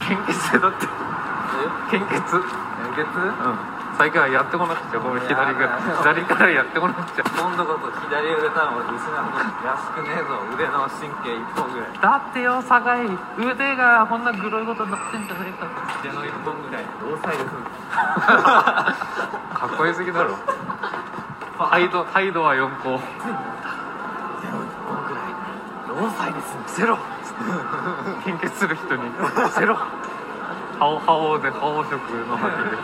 献血だって献血う献血ん最近はやってこなくちゃごめんいや左が左からやってこなくちゃ今度こそ左腕多分俺失うことらしくねえぞ腕の神経一本ぐらいだってよ酒井腕がこんなグロいことになってんじゃねえか腕 の一本ぐらい労災 ですんかっこよすぎだろ態度態度は四個腕の一本ぐらい労災ですんゼロ献血する人にゼロ覇王覇王で覇王色の覇気で